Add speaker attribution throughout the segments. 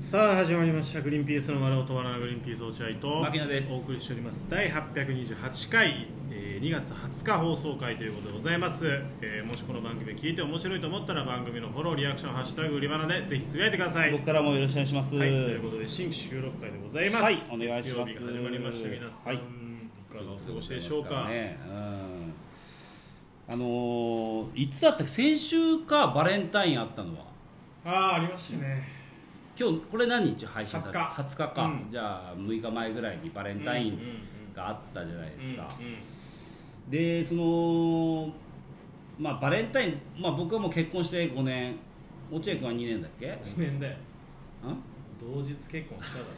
Speaker 1: さあ始まりました「グリーンピースの丸音はなグリーンピース落合」と
Speaker 2: 牧野です
Speaker 1: お送りしております第828回、えー2月20日放送回ということでございます、えーもしこの番組聞いて面白いと思ったら番組のフォローリアクション「ハッシュタグ売り場」でぜひつぶやいてください
Speaker 2: 僕からもよろしくお願いします。
Speaker 1: はい、ということで新規収録会でございます。
Speaker 2: はいお願いします
Speaker 1: 月曜日が始まりました皆さん、
Speaker 2: はい
Speaker 1: い、かがお過ごしでしょうか。
Speaker 2: ねうんあのーいつだったっけ先週かバレンタインあったのは
Speaker 1: ああありましたね。
Speaker 2: 今日これ何日配信だった
Speaker 1: 20日
Speaker 2: 20日か、
Speaker 1: うん
Speaker 2: じゃあ6日前ぐらいにバレンタインがあったじゃないですか、
Speaker 1: うんうん
Speaker 2: でその、まあ、バレンタイン、まあ、僕はもう結婚して5年落合君は2年だっけん
Speaker 1: ごめんだよ。同日結婚しただろ。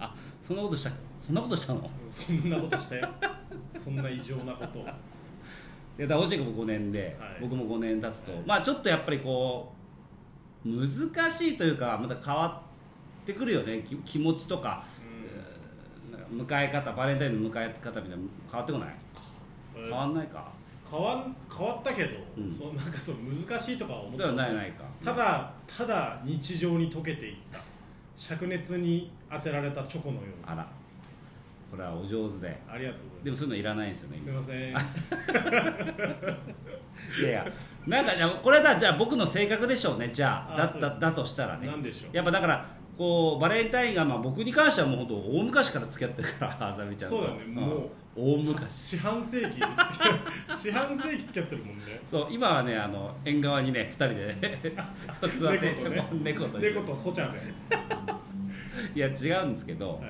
Speaker 2: あそんなことしたそんなことしたの
Speaker 1: そんなことしたよ。そんな異常なこと。
Speaker 2: でだから落合君も5年で、
Speaker 1: はい
Speaker 2: 僕も5年経つと、
Speaker 1: はい
Speaker 2: まあちょっとやっぱりこう難しいというかまた変わってくるよねき気持ちとか,、なんか迎え方バレンタインの迎え方みたいなの変わってこない変わんないか
Speaker 1: 変わん変わったけど、
Speaker 2: うん
Speaker 1: そのなんかその難しいとかは思っ
Speaker 2: では
Speaker 1: た
Speaker 2: ないないか
Speaker 1: ただただ日常に溶けていった灼熱に当てられたチョコのよう
Speaker 2: あらこれはお上手で
Speaker 1: なありがとうございます
Speaker 2: でもそういうのいらないんですよね
Speaker 1: すいません
Speaker 2: いやいやなんかじゃあこれだじゃあ僕の性格でしょうねじゃあ
Speaker 1: あ
Speaker 2: だ
Speaker 1: そうで
Speaker 2: った
Speaker 1: す
Speaker 2: だとしたらね
Speaker 1: なんでしょう
Speaker 2: やっぱだからこうバレンタインがまあ僕に関してはもう本当大昔から付き合ってるから あざみちゃんと
Speaker 1: そうだよねも
Speaker 2: うん大昔
Speaker 1: 四半世紀付き合う四半世紀付き合ってるもんね
Speaker 2: そう今はねあの縁側にね2人 でね座って
Speaker 1: 猫とね
Speaker 2: 猫と一緒に
Speaker 1: 猫とソちゃんで、はい
Speaker 2: いや違うんですけど、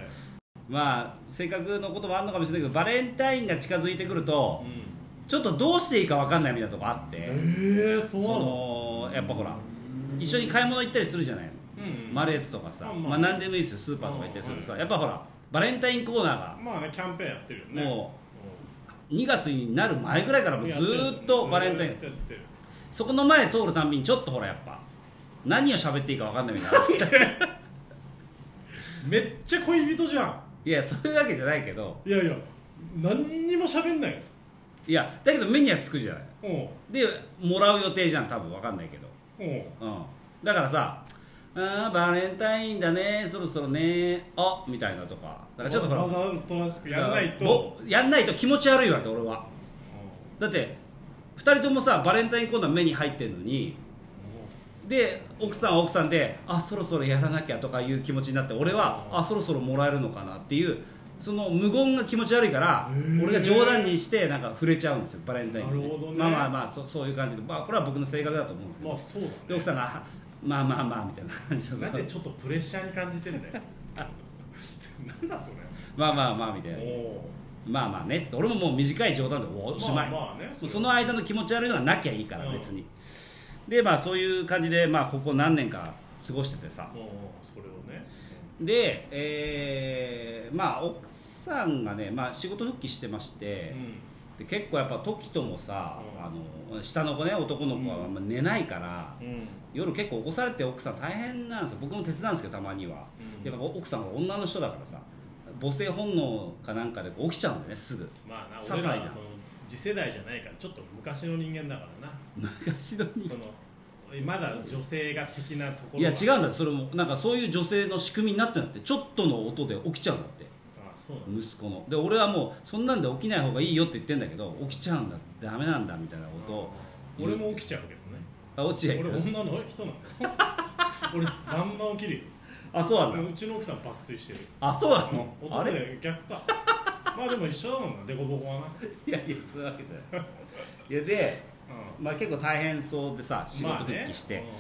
Speaker 2: まあ性格のこともあるのかもしれないけどバレンタインが近づいてくると、ちょっとどうしていいか分かんないみたいなとこあって、
Speaker 1: えー、そう
Speaker 2: そ
Speaker 1: なの
Speaker 2: のやっぱほら一緒に買い物行ったりするじゃない、
Speaker 1: うんうん
Speaker 2: マレートとかさ、
Speaker 1: あまあ
Speaker 2: まあ何でもいいですよスーパーとか行ったりするとさ、やっぱほらバレンタインコーナーが
Speaker 1: まあねキャンペーンやってるよね
Speaker 2: も2月になる前ぐらいからも
Speaker 1: う
Speaker 2: うんずーっとバレンタイ
Speaker 1: やっ
Speaker 2: ン
Speaker 1: てるやってる
Speaker 2: そこの前通るたんびにちょっとほらやっぱ何を喋っていいか分かんないみたいな
Speaker 1: めっちゃ恋人じゃん
Speaker 2: いやそういうわけじゃないけど
Speaker 1: いやいや何にも喋んないよ
Speaker 2: いやだけど目にはつくじゃない
Speaker 1: うん
Speaker 2: でもらう予定じゃん多分分かんないけど
Speaker 1: うん
Speaker 2: うんだからさ「あーバレンタインだねそろそろねあみたいなとかだからちょっとほら
Speaker 1: わざわざとらしくやらないと
Speaker 2: ぼやんないと気持ち悪いわけ俺はだって2人ともさバレンタインコーナー目に入ってるのにで奥さんは奥さんであそろそろやらなきゃとかいう気持ちになって俺はあそろそろもらえるのかなっていうその無言が気持ち悪いから
Speaker 1: へー
Speaker 2: 俺が冗談にしてなんか触れちゃうんですよバレンタインに
Speaker 1: なるほどね
Speaker 2: まあまあまあそそういう感じで、まあ、これは僕の性格だと思うんですけど、
Speaker 1: まあそう
Speaker 2: で
Speaker 1: だ
Speaker 2: 奥
Speaker 1: ね
Speaker 2: さんがあまあまあまあみたいな感 じ
Speaker 1: なんで
Speaker 2: で
Speaker 1: ちょっとプレッシャーに感じてんだ よなんだそれ
Speaker 2: まあまあまあみたいな
Speaker 1: お
Speaker 2: まあまあねっつって俺ももう短い冗談でおおおしまい、
Speaker 1: まあまあね
Speaker 2: もうその間の気持ち悪いのがなきゃいいから
Speaker 1: うん
Speaker 2: 別に、でまあそういう感じで、まあ、ここ何年か過ごしててさ
Speaker 1: おそれをね
Speaker 2: で、えーまあ奥さんがね、まあ、仕事復帰してまして、で結構やっぱ時ともさ、
Speaker 1: うん
Speaker 2: あの下の子ね男の子はあんま寝ないから、
Speaker 1: うんうん
Speaker 2: 夜結構起こされて奥さん大変なんですよ僕も手伝うんですけどたまには、
Speaker 1: うん
Speaker 2: やっぱ奥さんは女の人だからさ母性本能かなんかで起きちゃうんだよねすぐ
Speaker 1: まあな
Speaker 2: 些
Speaker 1: 俺
Speaker 2: 細な
Speaker 1: らはその次世代じゃないからちょっと昔の人間だからな
Speaker 2: 昔のに
Speaker 1: そのまだ女性が的なところ
Speaker 2: いや
Speaker 1: は
Speaker 2: 違うんだよそれもなんかそういう女性の仕組みになってんだってちょっとの音で起きちゃうんだって
Speaker 1: あそうなんだ
Speaker 2: 息子ので俺はもうそんなんで起きない方がいいよって言ってんだけど起きちゃうんだダメなんだみたいなことを
Speaker 1: 俺も起きちゃうけどね
Speaker 2: あ落合
Speaker 1: 俺
Speaker 2: 君
Speaker 1: 女の人なの 俺バンバン起きるよ
Speaker 2: あそうなんだ
Speaker 1: うちの奥さん爆睡してる
Speaker 2: あそうなのあ
Speaker 1: 男
Speaker 2: れ
Speaker 1: で逆かまあでも一緒だもんなデコボコはな、う
Speaker 2: いやいやそういうわけじゃないですいやで、
Speaker 1: ん、
Speaker 2: まあ、結構大変そうでさ仕事復帰して、
Speaker 1: まあね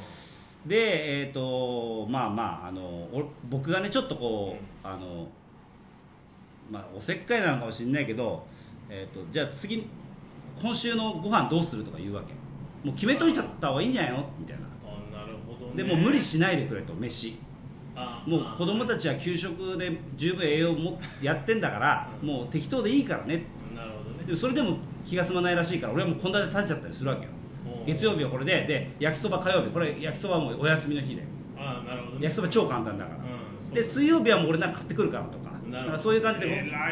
Speaker 2: でえっ、とまあまああのお僕がねちょっとこう、あのまあおせっかいなのかもしれないけど、えっとじゃあ次今週のご飯どうするとか言うわけもう決めといちゃった方がいいんじゃないのみたいな
Speaker 1: うんあなるほど、ね、
Speaker 2: でもう無理しないでくれと飯
Speaker 1: あ
Speaker 2: もう子供たちは給食で十分栄養もやってんだから
Speaker 1: うん
Speaker 2: もう適当でいいからね
Speaker 1: あなるほど
Speaker 2: で
Speaker 1: ね
Speaker 2: もそれでも気が済まないらしいから俺はもう献立立てちゃったりするわけよ
Speaker 1: おう
Speaker 2: 月曜日はこれでで焼きそば火曜日これ焼きそばはもうお休みの日で
Speaker 1: あなるほど、ね、
Speaker 2: 焼きそば超簡単だから、
Speaker 1: うんそう
Speaker 2: で水曜日はもう俺なんか買ってくるからとか
Speaker 1: な
Speaker 2: な
Speaker 1: るほど
Speaker 2: んかそういう感じで
Speaker 1: 偉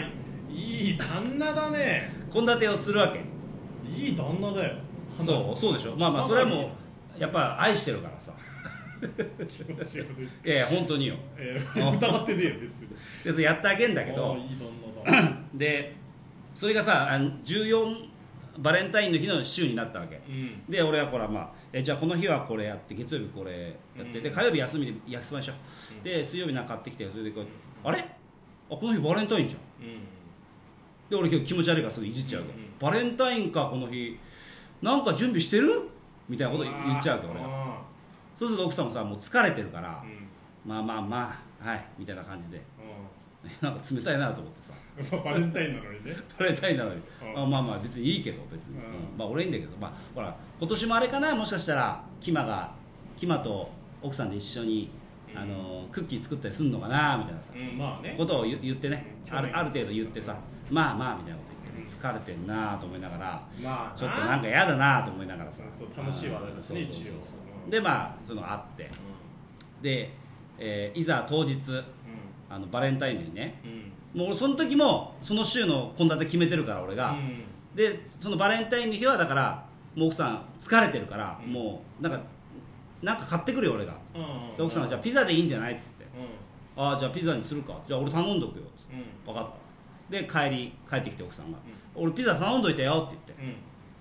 Speaker 1: いいい旦那だね
Speaker 2: 献立をするわけ
Speaker 1: いい旦那だよ
Speaker 2: そうそうでしょまあまあそれはもうやっぱ愛してるからさ
Speaker 1: 気持ち悪い、
Speaker 2: いやいや本当によ
Speaker 1: えー、疑ってねえよ別に
Speaker 2: でそれやってあげんだけ
Speaker 1: あ
Speaker 2: ど
Speaker 1: ーいい旦那だ
Speaker 2: でそれがさあの14バレンタインの日の週になったわけ
Speaker 1: うん
Speaker 2: で俺はほらまあえじゃあこの日はこれやって月曜日これやって、
Speaker 1: うん
Speaker 2: で火曜日休みで焼きそばにしよう、
Speaker 1: うん
Speaker 2: で水曜日なんか買ってきてそれでこうあれあこの日バレンタインじゃん
Speaker 1: うん
Speaker 2: で俺今日気持ち悪いからすぐいじっちゃうわけ、
Speaker 1: うんうん
Speaker 2: バレンタインかこの日なんか準備してるみたいなこと言っちゃうわけ俺が
Speaker 1: あ
Speaker 2: そうすると奥さんもさもう疲れてるから
Speaker 1: ー、うん
Speaker 2: まあまあまあはいみたいな感じで
Speaker 1: う
Speaker 2: なんか冷たいなと思ってさ
Speaker 1: んまあバレンタインなのにね
Speaker 2: バレンタインなのに、
Speaker 1: うん
Speaker 2: あまあまあ別にいいけど別
Speaker 1: う
Speaker 2: に、
Speaker 1: ん
Speaker 2: うんまあ俺いいんだけどまあほら今年もあれかなもしかしたらキマがキマと奥さんで一緒に、
Speaker 1: うん
Speaker 2: あのクッキー作ったりすんのかなみたいなさ、
Speaker 1: うんまあね
Speaker 2: ことを言言ってね、
Speaker 1: うん
Speaker 2: あ
Speaker 1: 興味
Speaker 2: る
Speaker 1: あ
Speaker 2: あ
Speaker 1: る
Speaker 2: る程度言ってさ、まあまあみたいなこと言って、疲れてんなと思いながら
Speaker 1: まあ
Speaker 2: ちょっとなんか嫌だなと思いながらさ
Speaker 1: そうそう楽しい話題だしね
Speaker 2: うんそうそうそうそう
Speaker 1: 一応
Speaker 2: でまあそのあってで、えーいざ当日あのバレンタインデーにね
Speaker 1: うんうん
Speaker 2: もう俺その時もその週の献立決めてるから俺が、
Speaker 1: うん
Speaker 2: でそのバレンタインの日はだからもう奥さん疲れてるから、
Speaker 1: うん
Speaker 2: もうなんかなんか買ってくるよ俺が、
Speaker 1: うん
Speaker 2: で奥さんがじゃあピザでいいんじゃないっつってああじゃあピザにするかじゃあ俺頼んどくよっつって
Speaker 1: うんうん
Speaker 2: 分かったっつってで帰り帰ってきて奥さんが、俺ピザ頼んどいたよって言って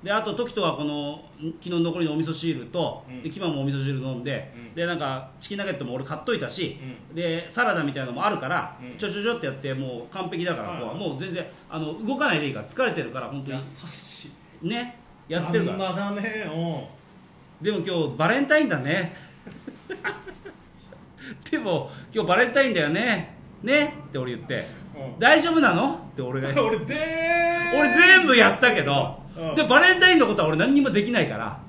Speaker 1: うん
Speaker 2: であと時とはこのん昨日の残りのお味噌汁と、
Speaker 1: うん
Speaker 2: でキマもお味噌汁飲んで、
Speaker 1: うん
Speaker 2: でなんかチキンナゲットも俺買っといたし、
Speaker 1: う
Speaker 2: でサラダみたいなのもあるから、
Speaker 1: うん
Speaker 2: ちょちょちょってやってもう完璧だから、
Speaker 1: はいはい
Speaker 2: ここはもう全然あの動かないでいいから疲れてるから本当に
Speaker 1: 優しい
Speaker 2: ねやってるから
Speaker 1: 旦那だねうん
Speaker 2: でも今日バレンタインだ ねでも今日バレンタインだよねねって俺言って
Speaker 1: うん
Speaker 2: 大丈夫なのって俺が
Speaker 1: 俺でー
Speaker 2: 俺全部やったけど
Speaker 1: うん
Speaker 2: でバレンタインのことは俺何にもできないから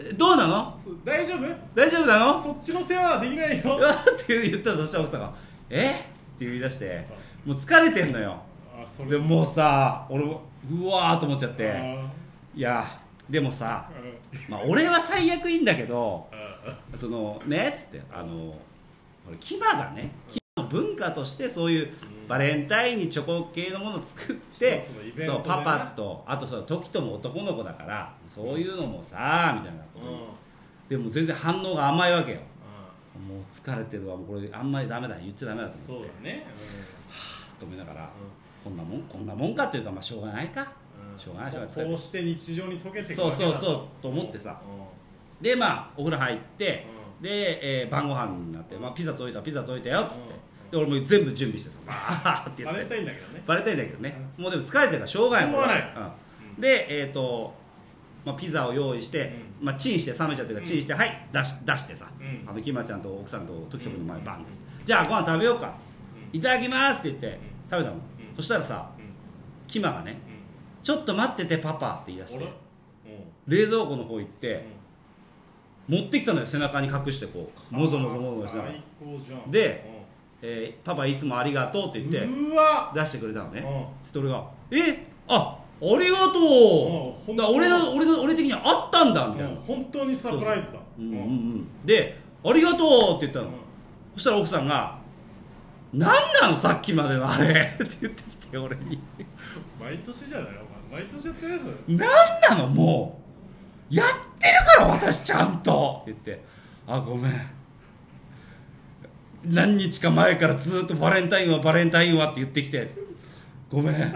Speaker 1: うん
Speaker 2: えどうなの
Speaker 1: そう大丈夫
Speaker 2: 大丈夫なの
Speaker 1: そっちの世話はできないよ
Speaker 2: って言ったらそしたら奥さんが「えっ?」て言い出してもう疲れてんのよ
Speaker 1: あそ
Speaker 2: でもうさ俺もうわーと思っちゃっ
Speaker 1: あ
Speaker 2: て
Speaker 1: ー
Speaker 2: いやでもさ
Speaker 1: う、ん
Speaker 2: まあ、俺は最悪いいんだけど
Speaker 1: あ
Speaker 2: そのねっつってあの俺キマがねキマの文化としてそういうバレンタインにチョコ系のものを作って、
Speaker 1: 一つのイベント
Speaker 2: そ
Speaker 1: だ
Speaker 2: う
Speaker 1: よ
Speaker 2: パパとあとその時とも男の子だからそういうのもさみたいな
Speaker 1: ー
Speaker 2: ことに、でも全然反応が甘いわけよ
Speaker 1: う
Speaker 2: もう疲れてるわもうこれあんまりダメだ言っちゃダメだ
Speaker 1: ん
Speaker 2: と
Speaker 1: そうだね
Speaker 2: 思いながら、こんなもんこんなもんかというかまあしょうがないか
Speaker 1: うんうん
Speaker 2: しょうがないしょうがない
Speaker 1: ここうして日常に溶けていく
Speaker 2: そう
Speaker 1: わけ
Speaker 2: そ
Speaker 1: だ
Speaker 2: うそうと思ってさ
Speaker 1: うん
Speaker 2: でまあお風呂入って
Speaker 1: う
Speaker 2: で、えー晩ご飯になって、まあ、ピザ届いたピザ届いたよっつって
Speaker 1: うん
Speaker 2: で俺も全部準備してさバーって
Speaker 1: バ
Speaker 2: や
Speaker 1: レ
Speaker 2: っ
Speaker 1: ン
Speaker 2: て
Speaker 1: タインだけどね
Speaker 2: バレたいんだけどねもうでも疲れてるからしょうがないもん
Speaker 1: しょうがない
Speaker 2: うんでえっ、と、まあ、ピザを用意して、まあ、チンして冷めちゃってるからチンして、はい出し出してさ、
Speaker 1: うん
Speaker 2: あのきまちゃんと奥さんと時翔君の前にバンって、じゃあご飯食べようかいただきますって言って、食べたの、そしたらさ
Speaker 1: うん
Speaker 2: キマがね
Speaker 1: うんうん
Speaker 2: 「ちょっと待っててパパ」って言い出し
Speaker 1: あ
Speaker 2: て
Speaker 1: らう
Speaker 2: 冷蔵庫の方行って、
Speaker 1: んうん
Speaker 2: 持ってきたのよ背中に隠してこうもぞもぞもぞもぞしながら
Speaker 1: 最高じゃん
Speaker 2: でえーパパいつもありがとう」って
Speaker 1: う
Speaker 2: 言
Speaker 1: ん
Speaker 2: って
Speaker 1: うわ
Speaker 2: 出してくれたの
Speaker 1: う
Speaker 2: ね
Speaker 1: ん
Speaker 2: そして俺が「えあありが
Speaker 1: う
Speaker 2: と
Speaker 1: ん
Speaker 2: うだ俺の俺の俺的にはあったんだ」みたいな、
Speaker 1: うん本当にサプライズだ
Speaker 2: うんうんうん、で「ありがとう」って言ったの、そしたら奥さんが「何なのさっきまでのあれ」 って言ってきて俺に
Speaker 1: 毎年じゃないお前毎年やってないそれ
Speaker 2: 「何なのもうやってるから私ちゃんと」って言って「あごめん」何日か前からずっとバレンタインはバレンタインはって言ってきてごめ ん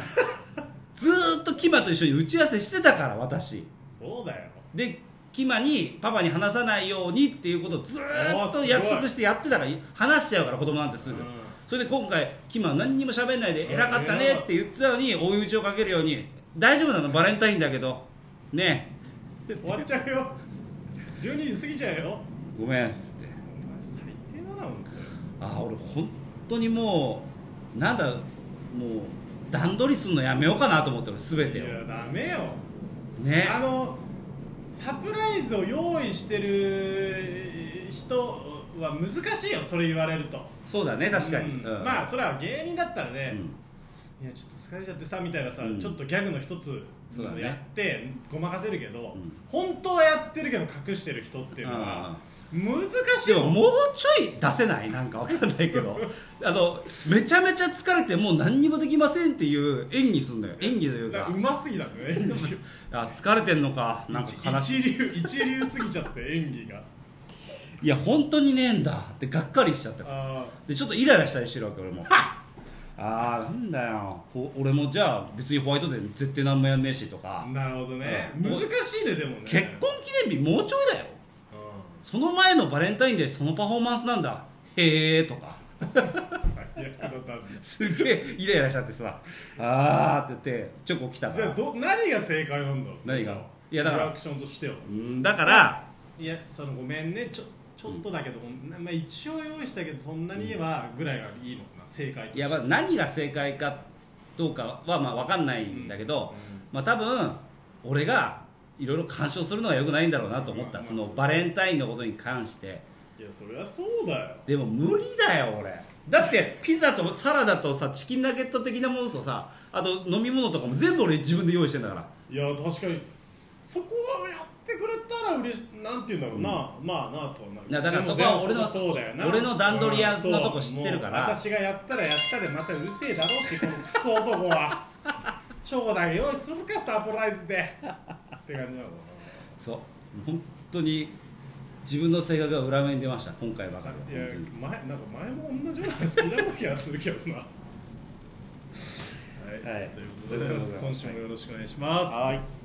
Speaker 2: ずーっとキマと一緒に打ち合わせしてたから私
Speaker 1: そうだよ
Speaker 2: でキマにパパに話さないようにっていうことをずーっと約束してやってたから話しちゃうから子供なんてすぐ、
Speaker 1: うん
Speaker 2: それで今回キマは何にも喋んないで偉かったねって言ってたのに追い打ちをかけるように大丈夫なのバレンタインだけどね
Speaker 1: 終わっちゃうよ12時過ぎちゃうよ
Speaker 2: えごめんっつって
Speaker 1: お前最低だな本
Speaker 2: ああ俺本当にもうなんだもう段取りすんのやめようかなと思って俺全
Speaker 1: 当
Speaker 2: て
Speaker 1: にい
Speaker 2: を
Speaker 1: やダメよ
Speaker 2: ね
Speaker 1: あのサプライズを用意してる人は難しいよそれ言われると
Speaker 2: そうだね確かに、
Speaker 1: うん
Speaker 2: うん
Speaker 1: まあそれは芸人だったら
Speaker 2: う
Speaker 1: ね、
Speaker 2: ん
Speaker 1: いやちょっと疲れちゃってさみたいなさ、
Speaker 2: うん
Speaker 1: ちょっとギャグの一つ
Speaker 2: そうだね
Speaker 1: やってごまかせるけど、
Speaker 2: うん
Speaker 1: 本当はやってるけど隠してる人っていうのは難しい
Speaker 2: で
Speaker 1: よ
Speaker 2: ももうちょい出せないなんかわかんないけどあのめちゃめちゃ疲れてもう何にもできませんっていう演技すんのよ演技という
Speaker 1: だ
Speaker 2: か
Speaker 1: からうますぎだね演技
Speaker 2: あ疲れてんのかなんか悲しい
Speaker 1: 一流一流すぎちゃって演技が
Speaker 2: いや本当にねえんだってがっかりしちゃったさ
Speaker 1: あ
Speaker 2: でちょっとイライラしたりしてるわけ俺もああなんだよほ俺もじゃあ別にホワイトデー絶対何もやんねえしとか
Speaker 1: あなるほどね、
Speaker 2: うん
Speaker 1: 難しいねでもね
Speaker 2: 結婚記念日もうちょいだよ
Speaker 1: う
Speaker 2: その前のバレンタインデーそのパフォーマンスなんだへえとか
Speaker 1: ん最悪だったんだ
Speaker 2: すげえイライラしちゃってさあーって言ってチョコ来たか
Speaker 1: じゃあ
Speaker 2: ら
Speaker 1: ど何が正解なんだろう
Speaker 2: 何が
Speaker 1: じゃあ
Speaker 2: いやだから
Speaker 1: リアクションとしては
Speaker 2: うんだから
Speaker 1: いやそのごめんねちょちょっとだけど、まあ、一応用意したけどそんなにはぐらいがいいのかな正解とし
Speaker 2: い
Speaker 1: て
Speaker 2: やまあ何が正解かどうかはまあ分かんないんだけど、まあ、多分俺がいろいろ干渉するのが良くないんだろうなと思った、
Speaker 1: まあ
Speaker 2: そ
Speaker 1: まあ
Speaker 2: の
Speaker 1: そう
Speaker 2: バレンタインのことに関して
Speaker 1: いやそりゃそうだよ
Speaker 2: でも無理だよ俺だってピザとサラダとさチキンナゲット的なものとさあと飲み物とかも全部俺自分で用意してんだから
Speaker 1: いや確かにそこはやってくれたら嬉しなんて言うんだろうな、まあなとはなる
Speaker 2: いやだから
Speaker 1: でも
Speaker 2: そこは俺の
Speaker 1: でもそうだよな
Speaker 2: 俺の段取りや
Speaker 1: うんそう
Speaker 2: のとこ知ってるから
Speaker 1: もう私がやったらやったでまたうるせえだろうし このクソ男は チョコだけ用意するかサプライズでって感じなの
Speaker 2: そう本当に自分の性格が裏目に出ました今回ば
Speaker 1: か
Speaker 2: か
Speaker 1: な
Speaker 2: りは
Speaker 1: や
Speaker 2: 本当に
Speaker 1: 前なんか前も同じような話聞いたような気がするけ どなはい、
Speaker 2: はい
Speaker 1: ということでございます今週もよろしくお願いします、
Speaker 2: はい